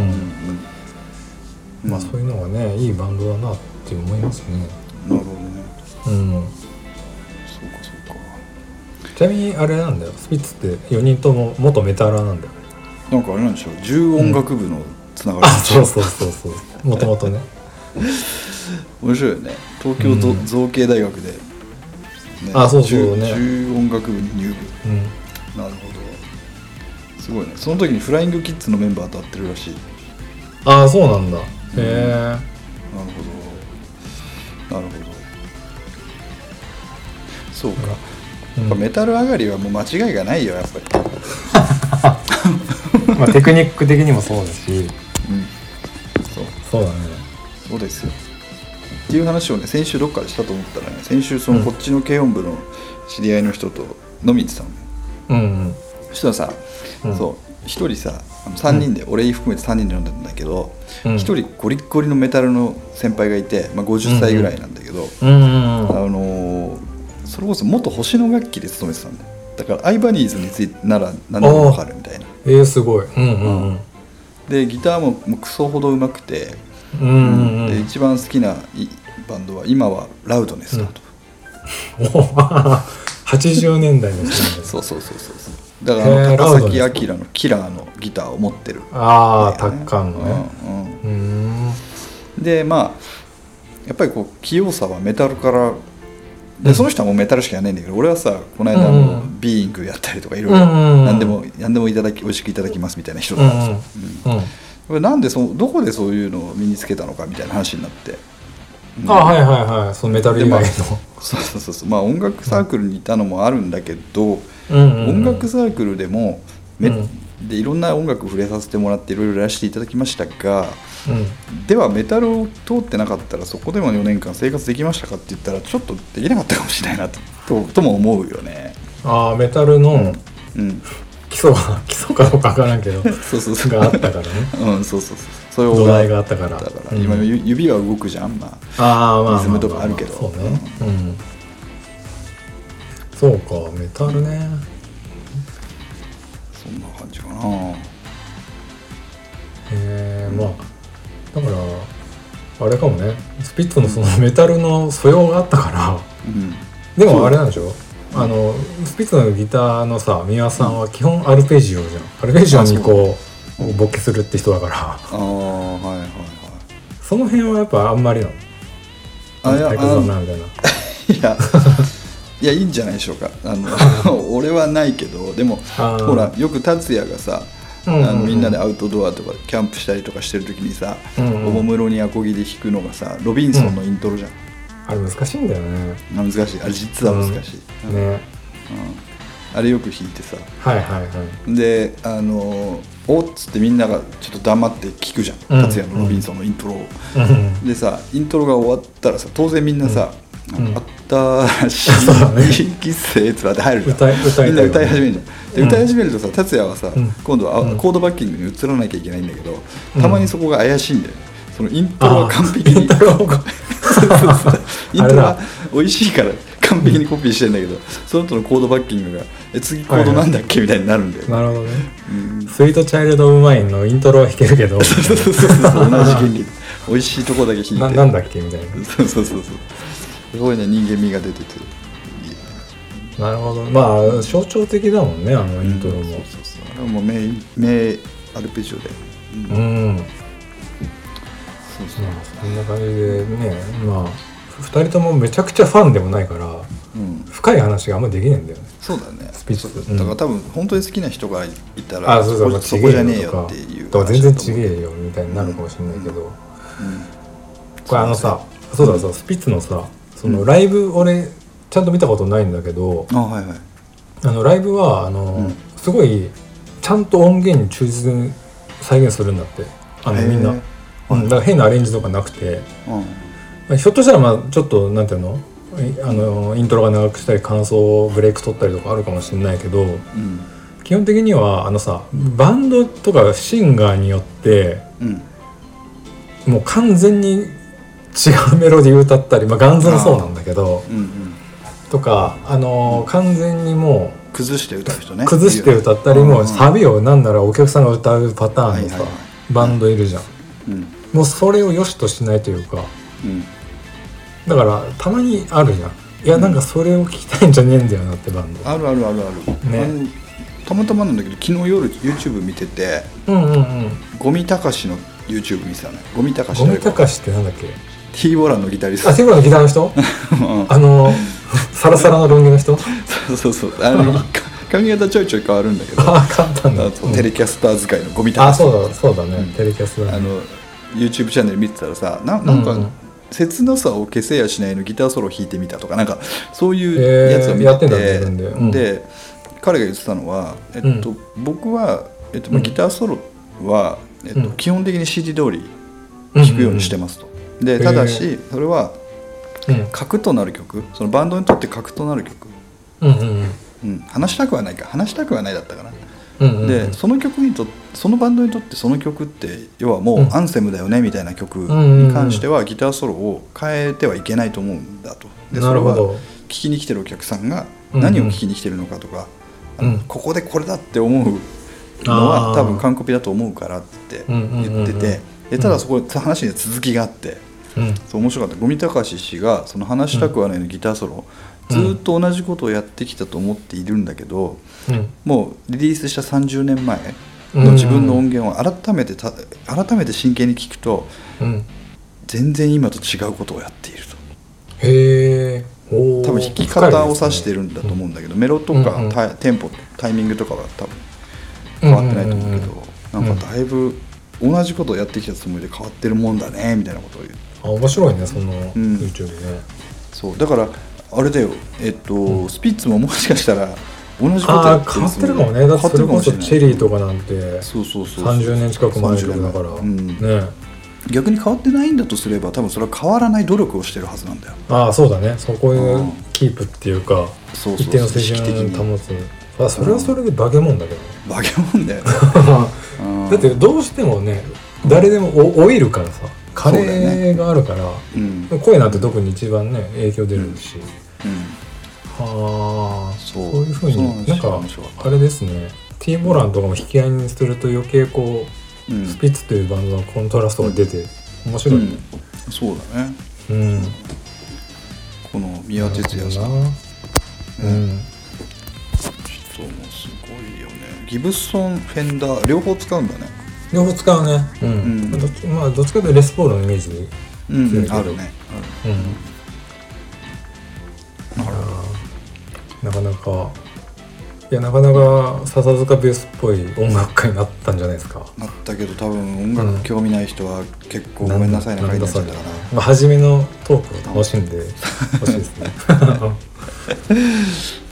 B: うん
C: まあ、そういうのがねいいバンドだなって思いますね、
B: なるほどね
C: うん、
B: そうかそうか
C: ちなみにあれなんだよスピッツって4人とも元メタラーなんだよね
B: なんかあれなんでしょう重音楽部のつながり
C: あ、 そうそうそうそうもともとね
B: 面白いよね東京ぞ
C: うん
B: 造形大学で、ね
C: あそうそうね
B: 重重音楽部に入
C: うん
B: 部なるほどすごいねその時にフライングキッズのメンバーと会ってるらしい
C: ああそうなんだへえ
B: なるほどなるほどそうか、やっぱメタル上がりはもう間違いがないよやっぱり
C: まあ、テクニック的にもそうだし
B: うんそう
C: そうだね
B: そうですよっていう話をね先週どっかでしたと思ったらね先週そのこっちの軽音部の知り合いの人と飲みに行ってたの、
C: うんうん
B: そしたらさ、
C: うん
B: そう一人さあの3人で、俺含めて3人で飲んでたんだけど一、
C: うん
B: 人ゴリッゴリのメタルの先輩がいて、まあ、50歳ぐらいなんだけど、
C: うんうんうん
B: あのーそれこそ元星野楽器で勤めてたんだよだからアイバニーズについてなら何でもわかるみたいな
C: えー、すごいうんうんうん
B: でギターももうクソほどうまくて、
C: うんうんう
B: で
C: ん
B: 一番好きないバンドは今はラウドネスだと、
C: お80年代の人なんです
B: そうそうそうそうそうだからあ
C: へ
B: の
C: ー
B: 高崎
C: ラウドネス
B: 明のキラーのギターを持ってる
C: ああタッカンのね
B: うんうん
C: うーん
B: でまあやっぱりこう器用さはメタルから
C: う
B: で
C: ん
B: その人はもうメタルしかやんないんだけど俺はさこの間
C: うんうん
B: あのビーイングやったりとかいろい
C: う
B: ろ
C: んうんうん
B: 何でも何でもいただき美味しくいただきますみたいな人
C: うん
B: だったんです
C: う
B: よ、
C: んうん
B: うんなんでそどこでそういうのを身につけたのかみたいな話になって、うん
C: あはいはいはいそのメタル以外の、
B: そうそうそうそうまあ音楽サークルにいたのもあるんだけど、
C: うんうんうん
B: 音楽サークルでもめ、
C: うん
B: でいろんな音楽触れさせてもらっていろいろやらせていただきましたが
C: うん
B: ではメタルを通ってなかったらそこでも4年間生活できましたかって言ったらちょっとできなかったかもしれないなとととも思うよね。
C: ああメタルの
B: うん、
C: 基礎は 基礎かどうかわからんけど
B: そうそうそう
C: があったからね
B: うん、そうそうそうそれを
C: 土台があったから
B: だから、
C: うん
B: 今ゆ指は動くじゃんまあ
C: ああまあまあまあ
B: リズムとかあるけど
C: そうねうんそうかメタルね
B: そんな感じかな
C: えー、まあだからあれかもねスピッツのそのメタルの素養があったから
B: うん
C: でもあれなんでしょあのスピッツのギターのさ三輪さんは基本アルペジオじゃんアルペジオにこうボケするって人だから
B: ああはいはいはい
C: その辺はやっぱあんまりなの
B: あいや
C: 太鼓だなみたいない
B: やいやいいんじゃないでしょうか あの俺はないけどでも
C: あー
B: ほらよく達也がさあ
C: うんうんう
B: の
C: ん
B: みんなでアウトドアとかキャンプしたりとかしてる時にさ
C: うん
B: おも
C: うん
B: むろにアコギで弾くのがさロビンソンのイントロじゃん、
C: あれ難しいんだよね
B: あ難しいあれ実は難しい、うん
C: ね
B: あれよく弾いてさ
C: はいはいはい
B: であのおっつってみんながちょっと黙って聞くじゃん、
C: うん
B: 達也のロビンソンのイントロを、
C: うん
B: でさイントロが終わったらさ当然みんなさ「
C: うん
B: 新しい季節は」って入るじゃん
C: 歌い歌いたい
B: みんな歌い始めるじゃんで
C: うん
B: 歌い始めるとさ達也はさ
C: うん
B: 今度は
C: うん
B: コードバッキングに移らなきゃいけないんだけど
C: うん
B: たまにそこが怪しいんだよねそのイントロは完璧
C: イ
B: に
C: ントロが
B: イントロは美味しいから完璧にコピーしてんだけどその後のコードバッキングが「え次コードなんだっけ?」みたいになるんだよね
C: なるほどね
B: うん
C: スイートチャイルド・オブ・マインのイントロは弾けるけ ど
B: そうそうそうそう同じ原理美味しいとこだけ弾
C: ない
B: て
C: なんだっけみたいな
B: そうそうそうそう。すごいね人間味が出てていいよね。
C: なるほどまあ象徴的だもんねあのイントロ
B: うんそ
C: も
B: うそうそう。あれはもう名名アルペジオで。うん
C: うん、ま
B: そうそう。
C: あそんな感じでねまあ2人ともめちゃくちゃファンでもないから
B: うん。
C: 深い話があんまできないんだよね
B: そうだね。
C: スピッツ
B: そう
C: うん
B: だから多分本当に好きな人がいたら、
C: あそうそうまあ
B: そこそ
C: 違え
B: こじゃ
C: よ
B: ねえ
C: と
B: よ
C: か
B: っていう話
C: だ
B: だと思う。
C: から全然違えよみたいになるかもしれないけど、これあのさそうだそうスピッツのさそのライブ俺ちゃんと見たことないんだけど、
B: うん。あはいはい。
C: あのライブはあの、
B: うん
C: すごいちゃんと音源に忠実に再現するんだってあのみんな、
B: へえ
C: うん、だから変なアレンジとかなくて、
B: うん。
C: まあひょっとしたらまあちょっとなんていうのいあのイントロが長くしたり感想をブレイク取ったりとかあるかもしれないけど
B: うん。
C: 基本的にはあのさバンドとかシンガーによって
B: うん。
C: もう完全に違うメロディー歌ったり、まあ、ガンズもそうなんだけど
B: うんうん。
C: とかあの完全にも
B: 崩して歌う人ね。
C: う崩して歌ったり
B: うんうん
C: もうサビをなんならお客さんが歌うパターンの
B: は
C: さ
B: いはいは
C: バンドいるじゃん
B: うん。
C: もうそれを良しとしないというか
B: うん。
C: だからたまにあるじゃんいやなんかそれを聞きたいんじゃねえんだよなってバンド
B: あるあるあるある。
C: ね
B: あのたまたまなんだけど昨日夜 YouTube 見てて。
C: うんうんうん
B: ゴミ高しの YouTube 見てたのよゴミ高し
C: ゴ
B: の
C: ミ高しってなんだっけ
B: T ボランのギタリスト
C: あセブラのギターの 人
B: うん
C: あのサラサラのロン毛の人
B: そうそうそうあのか髪型ちょいちょい変わるんだけどあ
C: ああ簡単だ、
B: とテレキャスター使いのゴミ高
C: あ
B: し
C: そうだそうだね、
B: うん
C: テレキャスだ
B: あ
C: ね
B: の YouTube チャンネル見てたらさななんか、
C: うんうん
B: 切なさを消せやしないのギターソロ弾いてみたとかなんかそうい
C: へ
B: う
C: ー
B: やつを見
C: やって
B: て
C: ん
B: て
C: だ自分でうん
B: で彼が言ってたのは、えっと
C: う
B: 僕は、えっとま
C: う
B: あ、
C: ん
B: ギターソロは、えっと
C: うん
B: 基本的に CD 通り弾くようにしてますと。でただ
C: へ
B: しそれは
C: うん
B: 核となる曲そのバンドにとって核となる曲、
C: うんうん
B: うん、話したくはないか話したくはないだったかな、
C: うんうん
B: でその曲にとそのバンドにとってその曲って要はも
C: うん
B: うアンセムだよねみたいな曲
C: ん
B: に関してはギターソロを変えてはいけないと思うんだとで
C: なるほ
B: それは
C: ど
B: 聴きに来てるお客さんが
C: うんうん
B: 何を聴きに来てるのかとか、あ
C: うん
B: のここでこれだって思うの
C: あ
B: は
C: ー
B: 多分完コピだと思うからって言って
C: うんうんうんうん
B: てでただそこで話には続きがあって。
C: うん
B: そう面白かった五味高志氏がその話したくはないのギターソロ、
C: うん
B: ずっと同じことをやってきたと思っているんだけど
C: うん
B: もうリリースした30年前
C: うん
B: の自分の音源を改めてた改めて真剣に聞くと
C: うん
B: 全然今と違うことをやっていると
C: へえ多
B: 多分弾き方を指してるんだと思うんだけど、メロとか、
C: うんうん
B: タイテンポタイミングとかは多分変わってないと思うけど、なんかだいぶ同じことをやってきたつもりで変わってるもんだねみたいなことを言う
C: あ面白いねその YouTube ね、
B: そうだからあれだよえっと、スピッツも もしかしたら同じこと
C: あ
B: や
C: あ
B: って
C: 変
B: る
C: わ
B: つ
C: っ
B: も
C: てるかもねだってそれこそチェ
B: りで変わってるかもしれない
C: リーとかなんて
B: そうそうそうそう
C: 30年近く前の曲だから
B: 30年前うん
C: ね
B: 逆に変わってないんだとすれば多分それは変わらない努力をしてるはずなんだよ
C: ああそうだねそこ
B: う
C: を
B: ん
C: キープっていうか
B: そうそう
C: 一定の水
B: 意識的
C: 準
B: に
C: を保つあそれはそれで化け物だけどね
B: 化け物 だよ、ねうん
C: だってどうしてもね誰でもお老いるからさ加齢があるから、
B: うんうん
C: 声なんて特に一番ね影響出るし、はあ
B: そ
C: そうういうふう
B: そう
C: になん
B: な
C: か
B: んですよ
C: あれですねティー・モランとかも引き合いにすると余計こ
B: う
C: うんスピッツというバンドのコントラストが出て面白いね
B: うんそうだね
C: うん、うん、
B: この宮
C: な
B: 哲也さ
C: るほ
B: ん
C: どなうん
B: そうもうすごいよねギブソンフェンダー両方使うんだね
C: 両方使うねうん、
B: うん
C: どっちまあどっちかというとレスポールのイメージで
B: うん、
C: 強いけど
B: あるね
C: うんなかなかいやなかなか笹塚ベースっぽい音楽家になったんじゃないですか
B: あったけど多分音楽興味ない人は結構ごめんなさいな感じになっちゃったかな
C: まあ、初めのトークを楽しんでほしい ですね。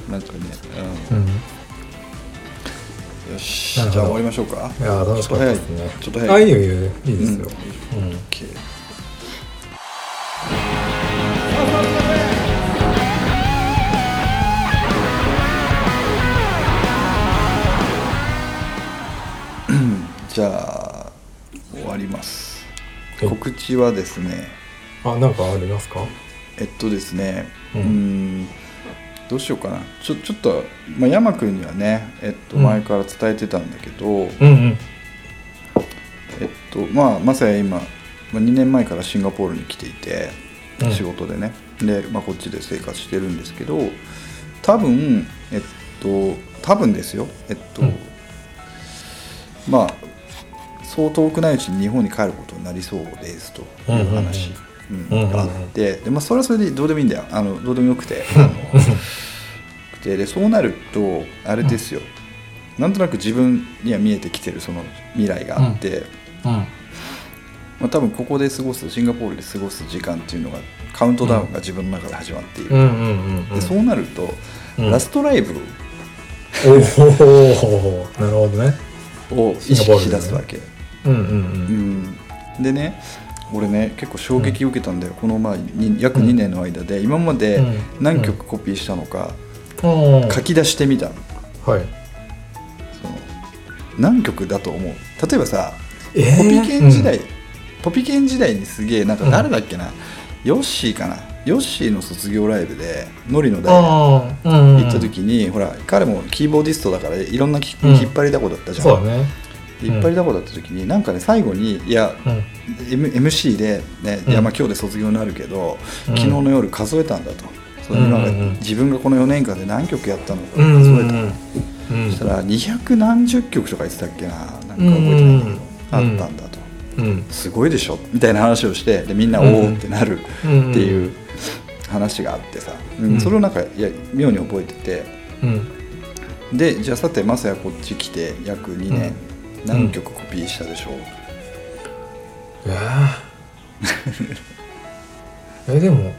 B: なんかね、
C: うん、い
B: うん、よしじ
C: なる
B: ゃあ
C: ほど
B: 終わりましょうか
C: やー楽しかったですね。
B: ちょっと早
C: あ
B: い
C: いいよいいよいいですよ。うん。
B: OK じゃあ終わります
C: はい
B: 告知はですね
C: あなんかありますか？
B: えっとですねう
C: うん
B: ーんどうしようかなちょちょっと、まあ、山君にはね、えっと、
C: うん
B: 前から伝えてたんだけど、
C: うんうん。
B: えっとまあまさや今、まあ、2年前からシンガポールに来ていて
C: うん
B: 仕事でね、で、まあ、こっちで生活してるんですけど多分えっと多分ですよえっと、
C: うん
B: まあそう遠くないうちに日本に帰ることになりそうですという話
C: うんうんうん
B: うんがあってで、まあ、それはそれでどうでもいいんだよあのどうでもよ くてあのよくてでそうなるとあれですよ、なんとなく自分には見えてきてるその未来があって、
C: うん。
B: まあ、多分ここで過ごすシンガポールで過ごす時間っていうのがカウントダウンが自分の中で始まっている、
C: うんうんうんうん。
B: でそうなると、
C: うん
B: ラストライブ
C: おおなるほどね。
B: を意識しだすわけ、
C: うんうん
B: う
C: うん。
B: ん、でね俺ね結構衝撃を受けたんだよ、この前に約2年の間で今まで
C: うん
B: 何曲コピーしたのか
C: お
B: 書き出してみたの
C: はい。
B: その何曲だと思う例えばさ
C: え
B: ポピケン時代、ポピケン時代にすげえなんか誰だっけな、ヨッシーかなヨッシーの卒業ライブでノリの代
C: ああうんうん。
B: 行った時に、ほら彼もキーボーディストだからいろんなき
C: うん
B: 引っ張りだこだったじゃん、
C: そうだね。
B: 引っ張りだこだった時になんかね最後にいや、
C: うん。
B: M、MC で、ね
C: うん
B: いやまあ今日で卒業になるけど、
C: うん
B: 昨日の夜数えたんだと。その今まで
C: うんうんうん
B: 自分がこの4年間で何曲やったのか数え
C: うん
B: た、
C: うんうん。うん
B: そしたら200何十曲とか言ってたっけななんか覚えてないんだけ
C: うん
B: ど、
C: うん
B: あったんだと、
C: うん
B: すごいでしょみたいな話をしてでみんなお
C: うん
B: おってなる
C: うん。
B: っていう話があってさ、うん
C: うん
B: それをなんかいや妙に覚えてて
C: うん。
B: でじゃあさてまさやこっち来て約2年、何曲コピーしたでしょう、
C: えー えでも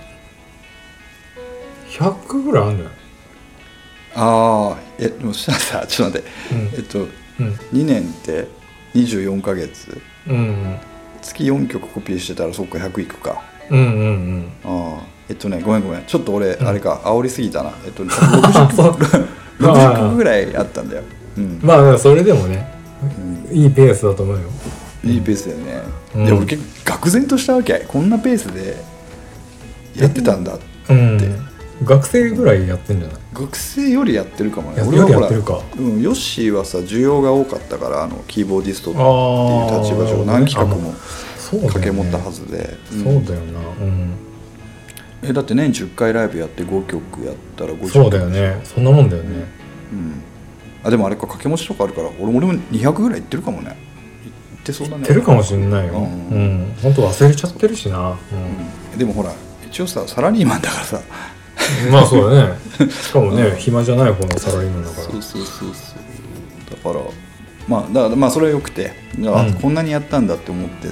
C: 100ぐらいあるんじゃない
B: ああえでもしたらさちょっと待ってえっと
C: うん
B: 2年って24ヶ月
C: うん
B: 月4曲コピーしてたらそっか100いくか
C: うんうん うん
B: ああえっとねごめんごめんちょっと俺、
C: ん
B: あれか煽りすぎたなえっとね60曲60曲ぐらいあったんだよ、うん
C: まあでもそれでもね
B: うん
C: いいペースだと思うよ
B: いいペースだよね、
C: うん
B: で俺結構愕然としたわけこんなペースでやってたんだ
C: うん学生ぐらいやってんじゃない
B: 学生よりやってるかもね
C: や
B: 俺は
C: より
B: ほ
C: やっ
B: ら
C: てるか
B: うん、ヨッシーはさ需要が多かったからあのキーボーディストって
C: あ
B: いう立場上
C: ー
B: 何企画も
C: そうだよね
B: 掛け持ったはずでうん
C: そうだよなうん
B: えだって年10回ライブやって5曲やったら50曲
C: そうだよねそんなもんだよね
B: うん、あでもあれか掛け持ちとかあるから俺俺も200ぐらいいってるかもねってそうだね
C: てるかもしれないよ、
B: う
C: うんん本当忘れちゃってるしな、うん
B: うんでもほら一応さサラリーマンだからさ
C: まあそうだねしかもね、暇じゃない方のサラリーマンだから
B: そうそうそうそうだからまあだからまあそれはよくてあ、
C: うん
B: こんなにやったんだって思って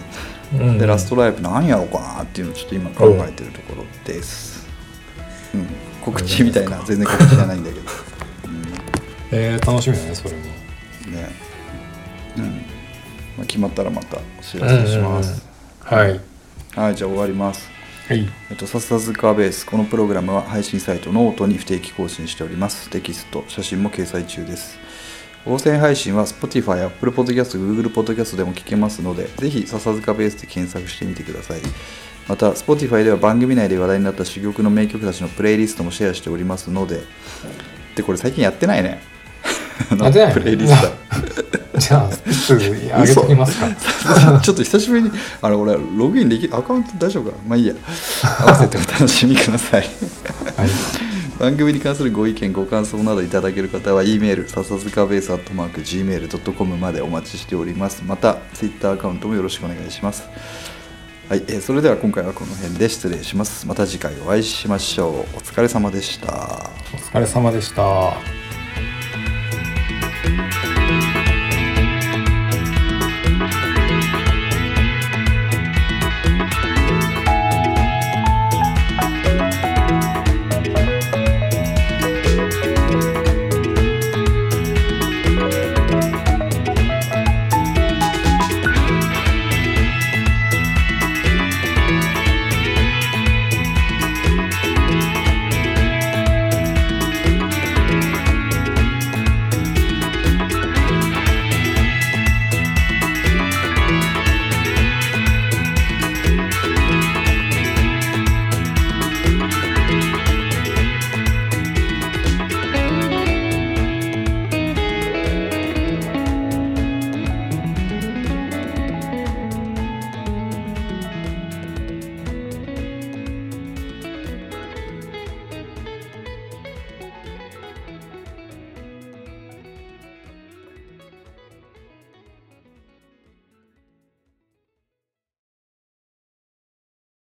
C: うん
B: でラストライブ何やろうかなっていうのをちょっと今考えてるところです、うん、告知みたいな全然告知じゃない んだけど、
C: えー、楽しみだねそれも
B: うん、ねうん、まあ、決まったらまたお知らせします、
C: はい
B: はいじゃあ終わります
C: はい
B: えっと、さすさずカーベースこのプログラムは配信サイトノートに不定期更新しておりますテキスト写真も掲載中です応戦配信は Spotify、Apple Podcast、Google Podcast でも聞けますのでぜひささずかベースで検索してみてくださいまた Spotify では番組内で話題になった珠玉の名曲たちのプレイリストもシェアしておりますのででこれ最近やってないね あの
C: やってない
B: プレイリスト
C: じゃあすぐ上げときますか
B: ちょっと久しぶりにあれ俺ログインできアカウント大丈夫かなまあいいや合わせてお楽しみください
C: はい
B: 番組に関するご意見ご感想などいただける方は E メールささずかベースアットマーク Gmail.com までお待ちしておりますまた Twitter アカウントもよろしくお願いしますはい、えーそれでは今回はこの辺で失礼しますまた次回お会いしましょうお疲れ様でした
C: お疲れ様でした